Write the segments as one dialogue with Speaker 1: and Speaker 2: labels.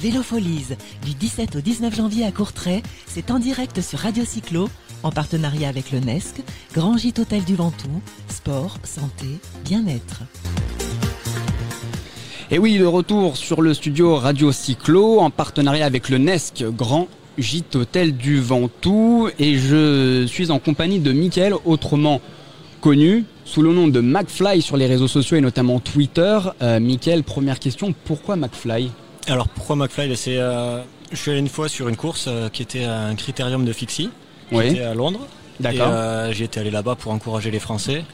Speaker 1: Vélofolies du 17 au 19 janvier à Courtrai, c'est en direct sur Radio Cyclo en partenariat avec le NESC, Grand Gîte Hôtel du Ventoux, sport, santé, bien-être.
Speaker 2: Et oui, le retour sur le studio Radio Cyclo en partenariat avec le NESC Grand Gîte Hôtel du Ventoux. Et je suis en compagnie de Mickaël, autrement connu sous le nom de McFly sur les réseaux sociaux et notamment Twitter. Euh, Mickaël, première question, pourquoi McFly
Speaker 3: Alors pourquoi McFly C'est, euh, Je suis allé une fois sur une course euh, qui était à un critérium de Fixie, qui
Speaker 2: Oui.
Speaker 3: était à Londres.
Speaker 2: D'accord.
Speaker 3: Et, euh, J'y étais allé là-bas pour encourager les Français,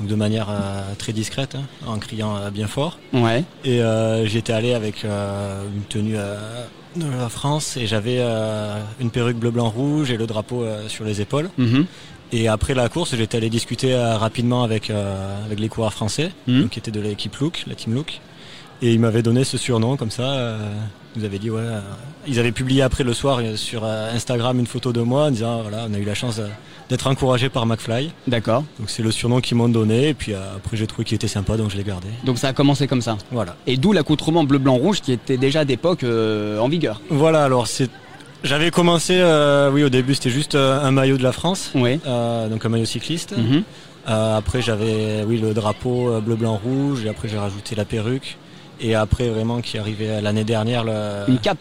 Speaker 3: donc de manière euh, très discrète, hein, en criant euh, bien fort.
Speaker 2: Ouais.
Speaker 3: Et euh, j'étais allé avec euh, une tenue euh, de la France et j'avais euh, une perruque bleu blanc rouge et le drapeau euh, sur les épaules.
Speaker 2: Mhm.
Speaker 3: Et après la course, j'étais allé discuter euh, rapidement avec euh, avec les coureurs français
Speaker 2: Mhm.
Speaker 3: donc, qui étaient de l'équipe Look, la team Look. Et ils m'avaient donné ce surnom comme ça. euh, ils nous avaient dit ouais. euh, ils avaient publié après le soir euh, sur euh, Instagram une photo de moi en disant ah, voilà on a eu la chance euh, d'être encouragé par McFly.
Speaker 2: D'accord.
Speaker 3: Donc c'est le surnom qu'ils m'ont donné. Et puis euh, après j'ai trouvé qu'il était sympa donc je l'ai gardé.
Speaker 2: Donc ça a commencé comme ça.
Speaker 3: Voilà.
Speaker 2: Et d'où l'accoutrement bleu-blanc-rouge qui était déjà d'époque euh, en vigueur.
Speaker 3: Voilà, alors c'est. J'avais commencé, euh, oui, au début c'était juste euh, un maillot de la France,
Speaker 2: Oui.
Speaker 3: euh, donc un maillot cycliste.
Speaker 2: Mhm.
Speaker 3: Euh, après j'avais, oui, le drapeau euh, bleu, blanc, rouge, et après j'ai rajouté la perruque. Et après vraiment qui arrivait euh, l'année dernière, le...
Speaker 2: Une cape.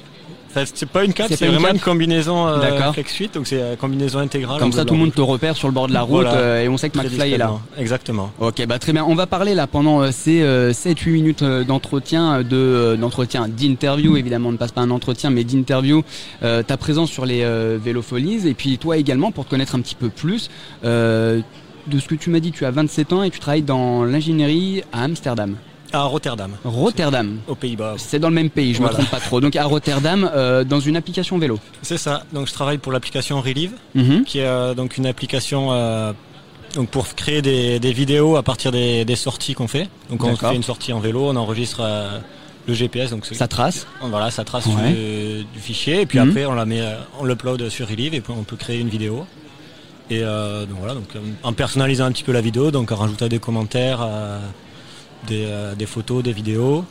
Speaker 3: Enfin, c'est pas une cape,
Speaker 2: C'est
Speaker 3: c'est
Speaker 2: pas une
Speaker 3: vraiment
Speaker 2: cape.
Speaker 3: une combinaison euh,
Speaker 2: D'accord.
Speaker 3: flex suite, donc c'est euh, combinaison intégrale. en
Speaker 2: Comme
Speaker 3: bleu,
Speaker 2: ça, tout
Speaker 3: blanc,
Speaker 2: le monde
Speaker 3: rouge.
Speaker 2: te repère sur le bord de la route
Speaker 3: Voilà.
Speaker 2: euh, et on sait que
Speaker 3: Très
Speaker 2: McFly est là.
Speaker 3: discrètement, Exactement.
Speaker 2: Ok, bah très bien. On va parler là pendant euh, ces 7-8 minutes euh, d'entretien, euh, de euh, d'entretien, d'interview évidemment, on ne passe pas un entretien, mais d'interview. Euh, ta présence sur les euh, Vélofolies et puis toi également pour te connaître un petit peu plus. euh, de ce que tu m'as dit, tu as 27 ans et tu travailles dans l'ingénierie à Amsterdam,
Speaker 3: À Rotterdam,
Speaker 2: Rotterdam.
Speaker 3: aux Pays-Bas.
Speaker 2: C'est dans le même pays, je
Speaker 3: Voilà.
Speaker 2: me trompe pas trop. Donc à Rotterdam, euh, dans une application vélo.
Speaker 3: C'est ça, donc je travaille pour l'application Relive.
Speaker 2: Mhm.
Speaker 3: qui est euh, donc une application euh, donc pour créer des, des vidéos à partir des, des sorties qu'on fait. Donc on
Speaker 2: D'accord.
Speaker 3: fait une sortie en vélo, on enregistre euh, le GPS, donc c'est-
Speaker 2: Ça trace.
Speaker 3: on- voilà, ça trace
Speaker 2: Ouais.
Speaker 3: du, du fichier et puis
Speaker 2: Mhm.
Speaker 3: après on la met, euh, on l'upload sur Relive et puis on peut créer une vidéo. Et euh, donc voilà, donc euh, en personnalisant un petit peu la vidéo, donc en rajoutant des commentaires, euh, des, euh, des photos, des vidéos.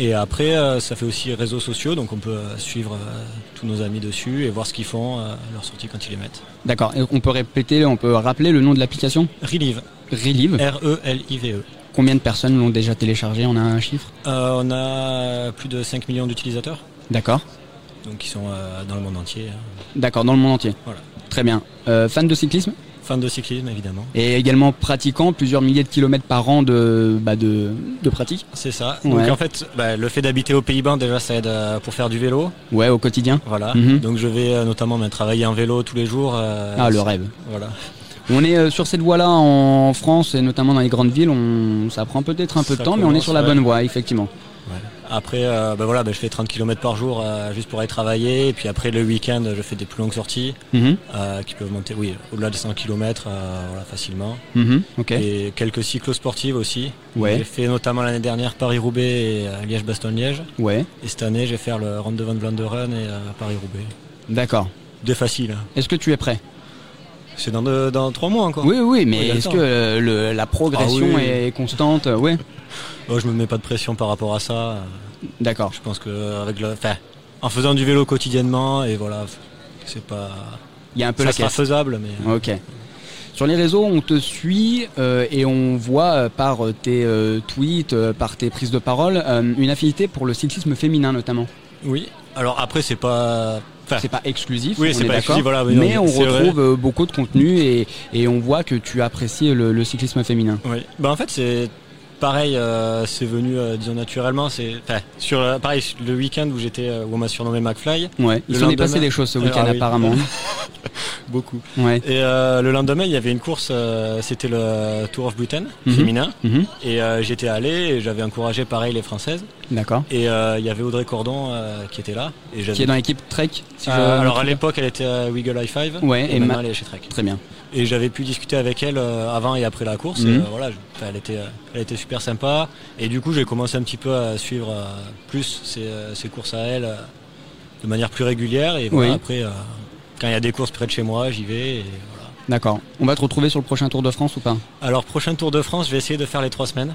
Speaker 3: Et après, euh, ça fait aussi réseaux sociaux, donc on peut euh, suivre euh, tous nos amis dessus et voir ce qu'ils font, euh, leurs sorties quand ils les mettent.
Speaker 2: D'accord. Et On peut répéter, on peut rappeler le nom de l'application
Speaker 3: Relive, E
Speaker 2: Relive.
Speaker 3: R-E-L-I-V-E.
Speaker 2: Combien de personnes l'ont déjà téléchargé On a un chiffre
Speaker 3: Euh, on a plus de 5 millions d'utilisateurs,
Speaker 2: D'accord.
Speaker 3: donc qui sont euh, dans le monde entier. hein.
Speaker 2: D'accord, dans le monde entier.
Speaker 3: Voilà.
Speaker 2: Très bien. Euh, fan de cyclisme
Speaker 3: Fans de cyclisme, évidemment.
Speaker 2: et également pratiquant plusieurs milliers de kilomètres par an de, bah de, de pratique.
Speaker 3: C'est ça.
Speaker 2: Ouais.
Speaker 3: Donc en fait, bah, le fait d'habiter aux Pays-Bas, déjà, ça aide euh, pour faire du vélo.
Speaker 2: Ouais, au quotidien.
Speaker 3: Voilà.
Speaker 2: Mhm.
Speaker 3: Donc je vais euh, notamment bah, travailler en vélo tous les jours. euh,
Speaker 2: Ah, le rêve.
Speaker 3: Voilà.
Speaker 2: On est euh, sur cette voie-là en France et notamment dans les grandes villes. On, ça prend peut-être un peu de
Speaker 3: Ça
Speaker 2: temps, mais on est
Speaker 3: commence,
Speaker 2: sur la
Speaker 3: ouais.
Speaker 2: bonne voie, effectivement.
Speaker 3: Après, euh, bah, voilà, bah, je fais 30 km par jour euh, juste pour aller travailler. Et puis après, le week-end, je fais des plus longues sorties
Speaker 2: Mhm,
Speaker 3: euh, qui peuvent monter, oui, au-delà de 100 km voilà, facilement.
Speaker 2: mhm, ok.
Speaker 3: Et quelques cyclos sportives aussi. J'ai
Speaker 2: Ouais,
Speaker 3: fait notamment l'année dernière Paris-Roubaix et euh, Liège-Bastogne-Liège.
Speaker 2: ouais.
Speaker 3: Et cette année, je vais faire le Ronde de Van Vlaanderen et euh, Paris-Roubaix.
Speaker 2: D'accord.
Speaker 3: Des faciles. hein.
Speaker 2: Est-ce que tu es prêt
Speaker 3: C'est dans, deux- dans trois mois encore.
Speaker 2: Oui, oui, mais
Speaker 3: Oh. Oui,
Speaker 2: est-ce
Speaker 3: d'accord.
Speaker 2: que euh, le- la progression
Speaker 3: Ah oui.
Speaker 2: est constante euh, Ouais,
Speaker 3: Oh, je me mets pas de pression par rapport à ça. Euh,
Speaker 2: d'accord.
Speaker 3: Je pense que euh, avec le, enfin, en faisant du vélo quotidiennement et voilà, f- c'est pas,
Speaker 2: Il y a un peu
Speaker 3: ça
Speaker 2: la
Speaker 3: sera
Speaker 2: caisse.
Speaker 3: faisable, mais euh,
Speaker 2: Ok. Sur les réseaux, on te suit euh, et on voit euh, par euh, tes euh, tweets, euh, par tes prises de parole, euh, une affinité pour le cyclisme féminin notamment.
Speaker 3: oui. Alors après, c'est pas, enfin,
Speaker 2: C'est pas exclusif,
Speaker 3: oui,
Speaker 2: on
Speaker 3: c'est
Speaker 2: est
Speaker 3: pas
Speaker 2: d'accord,
Speaker 3: exclusif, voilà.
Speaker 2: mais,
Speaker 3: non,
Speaker 2: on
Speaker 3: c'est vrai.
Speaker 2: retrouve euh, beaucoup de contenu et, et on voit que tu apprécies le, le cyclisme féminin.
Speaker 3: Oui. Bah en fait c'est pareil, euh, c'est venu euh, disons naturellement. C'est enfin, sur euh, pareil le week-end où j'étais euh, où on m'a surnommé McFly
Speaker 2: Ouais, il
Speaker 3: Le
Speaker 2: s'en est
Speaker 3: lendemain-
Speaker 2: passé des choses ce
Speaker 3: Ah
Speaker 2: week-end
Speaker 3: oui.
Speaker 2: apparemment.
Speaker 3: beaucoup.
Speaker 2: ouais.
Speaker 3: Et euh, le lendemain il y avait une course, euh, c'était le Tour of Britain
Speaker 2: Mhm.
Speaker 3: féminin
Speaker 2: Mhm.
Speaker 3: et euh, j'étais allé et j'avais encouragé pareil les Françaises
Speaker 2: D'accord.
Speaker 3: et euh, il y avait Audrey Cordon euh, qui était là et j'avais-
Speaker 2: Qui est dans l'équipe Trek si
Speaker 3: Euh,
Speaker 2: je-
Speaker 3: alors à l'époque elle était à Wiggle High Five
Speaker 2: Ouais,
Speaker 3: et,
Speaker 2: et
Speaker 3: maintenant
Speaker 2: ma-
Speaker 3: elle est chez Trek.
Speaker 2: Très bien.
Speaker 3: Et j'avais pu discuter avec elle euh, avant et après la course.
Speaker 2: Mhm.
Speaker 3: Et, euh, voilà, je- enfin, elle était, euh, elle était super sympa. Et du coup, j'ai commencé un petit peu à suivre euh, plus ses, euh, ses courses à elle euh, de manière plus régulière. Et voilà,
Speaker 2: Oui.
Speaker 3: après, euh, quand il y a des courses près de chez moi, j'y vais. et voilà.
Speaker 2: D'accord. On va te retrouver sur le prochain Tour de France ou pas
Speaker 3: Alors, prochain Tour de France, je vais essayer de faire les trois semaines.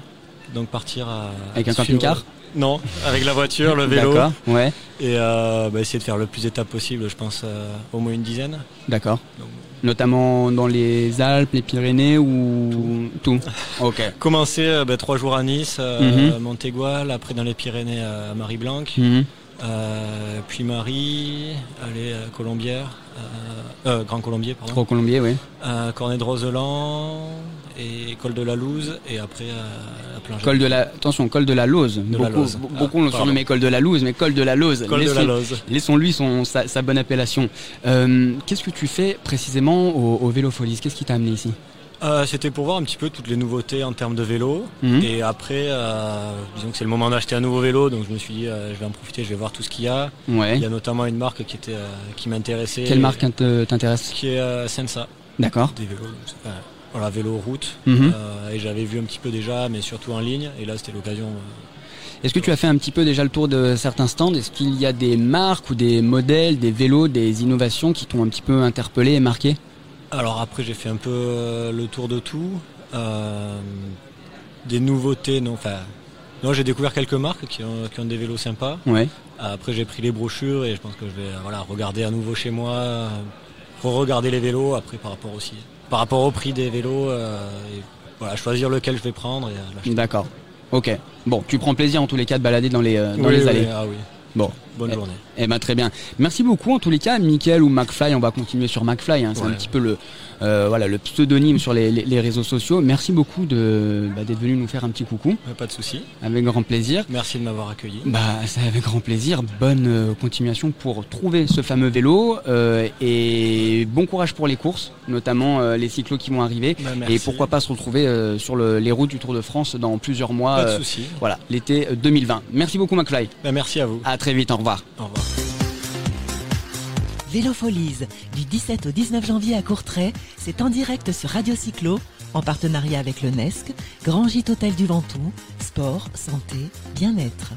Speaker 3: Donc partir à-
Speaker 2: Avec un
Speaker 3: sur-
Speaker 2: camping-car
Speaker 3: Non, avec la voiture, le vélo.
Speaker 2: D'accord, ouais,
Speaker 3: Et euh, bah, essayer de faire le plus d'étapes possible, je pense euh, au moins une dizaine.
Speaker 2: d'accord.
Speaker 3: Donc-
Speaker 2: Notamment dans les Alpes, les Pyrénées ou tout. Ok,
Speaker 3: Commencer euh, bah, trois jours à Nice, euh,
Speaker 2: Mhm.
Speaker 3: Montégoal, après dans les Pyrénées euh, à Marie-Blanque,
Speaker 2: Mhm.
Speaker 3: euh, puis Marie, aller à Colombière, euh, euh, Grand Colombier, pardon,
Speaker 2: Trois Colombier, ouais.
Speaker 3: euh, Cornet de Roseland et Col de la Louze, et après euh, la plage.
Speaker 2: Col de la, attention, col de la Lose.
Speaker 3: De la
Speaker 2: beaucoup
Speaker 3: Lose.
Speaker 2: be-
Speaker 3: Ah,
Speaker 2: beaucoup l'ont
Speaker 3: pardon.
Speaker 2: surnommé col de la Lose, mais col de la Lose.
Speaker 3: Col de la
Speaker 2: laissons-
Speaker 3: Lose.
Speaker 2: Laissons-lui son, sa, sa bonne appellation. Euh, Qu'est-ce que tu fais précisément au, au Vélo Folies Qu'est-ce qui t'a amené ici
Speaker 3: Euh, C'était pour voir un petit peu toutes les nouveautés en termes de vélo.
Speaker 2: Mhm.
Speaker 3: Et après, euh, disons que c'est le moment d'acheter un nouveau vélo, donc je me suis dit, euh, je vais en profiter, je vais voir tout ce qu'il y a.
Speaker 2: Ouais.
Speaker 3: Il y a notamment une marque qui, était, euh, qui m'intéressait.
Speaker 2: Quelle marque t'int- t'intéresse
Speaker 3: Qui est euh, Sensa,
Speaker 2: D'accord.
Speaker 3: des vélos. donc c'est- enfin, voilà, vélo route.
Speaker 2: Mhm.
Speaker 3: Euh, et j'avais vu un petit peu déjà, mais surtout en ligne. Et là, c'était l'occasion. euh.
Speaker 2: Est-ce que tu as fait un petit peu déjà le tour de certains stands Est-ce qu'il y a des marques ou des modèles, des vélos, des innovations qui t'ont un petit peu interpellé et marqué
Speaker 3: Alors après, j'ai fait un peu euh, le tour de tout. Euh, des nouveautés, non, enfin. Non, j'ai découvert quelques marques qui ont, qui ont des vélos sympas.
Speaker 2: Ouais.
Speaker 3: Après, j'ai pris les brochures et je pense que je vais euh, voilà, regarder à nouveau chez moi, euh, re-regarder les vélos après par rapport aussi. Par rapport au prix des vélos, euh, et voilà, choisir lequel je vais prendre et euh, l'acheter.
Speaker 2: D'accord. Ok. Bon, tu prends plaisir en tous les cas de balader dans les, euh, dans
Speaker 3: Oui,
Speaker 2: les
Speaker 3: oui,
Speaker 2: allées.
Speaker 3: Ah oui,
Speaker 2: Bon.
Speaker 3: bonne
Speaker 2: Eh,
Speaker 3: journée.
Speaker 2: Eh ben très bien. Merci beaucoup en tous les cas, Michael ou McFly. On va continuer sur McFly. hein. C'est un
Speaker 3: Ouais.
Speaker 2: petit peu le euh, voilà le pseudonyme sur les, les- les réseaux sociaux. Merci beaucoup de bah, d'être venu nous faire un petit coucou
Speaker 3: Mais Pas de souci.
Speaker 2: avec grand plaisir.
Speaker 3: Merci de m'avoir accueilli.
Speaker 2: Bah c'est avec grand plaisir. Bonne euh, continuation pour trouver ce fameux vélo euh, et bon courage pour les courses, notamment euh, les cyclos qui vont arriver.
Speaker 3: Bah,
Speaker 2: Et
Speaker 3: merci.
Speaker 2: pourquoi pas se retrouver euh, sur le- les routes du Tour de France dans plusieurs mois.
Speaker 3: Pas de
Speaker 2: euh,
Speaker 3: souci.
Speaker 2: voilà, l'été 2020. Merci beaucoup McFly.
Speaker 3: Bah, merci à vous.
Speaker 2: À très vite. Au revoir.
Speaker 3: Au revoir.
Speaker 1: Vélofolies, du 17 au 19 janvier à Courtrai, c'est en direct sur Radio Cyclo, en partenariat avec le NESC, Grand Gîte Hôtel du Ventoux, sport, santé, bien-être.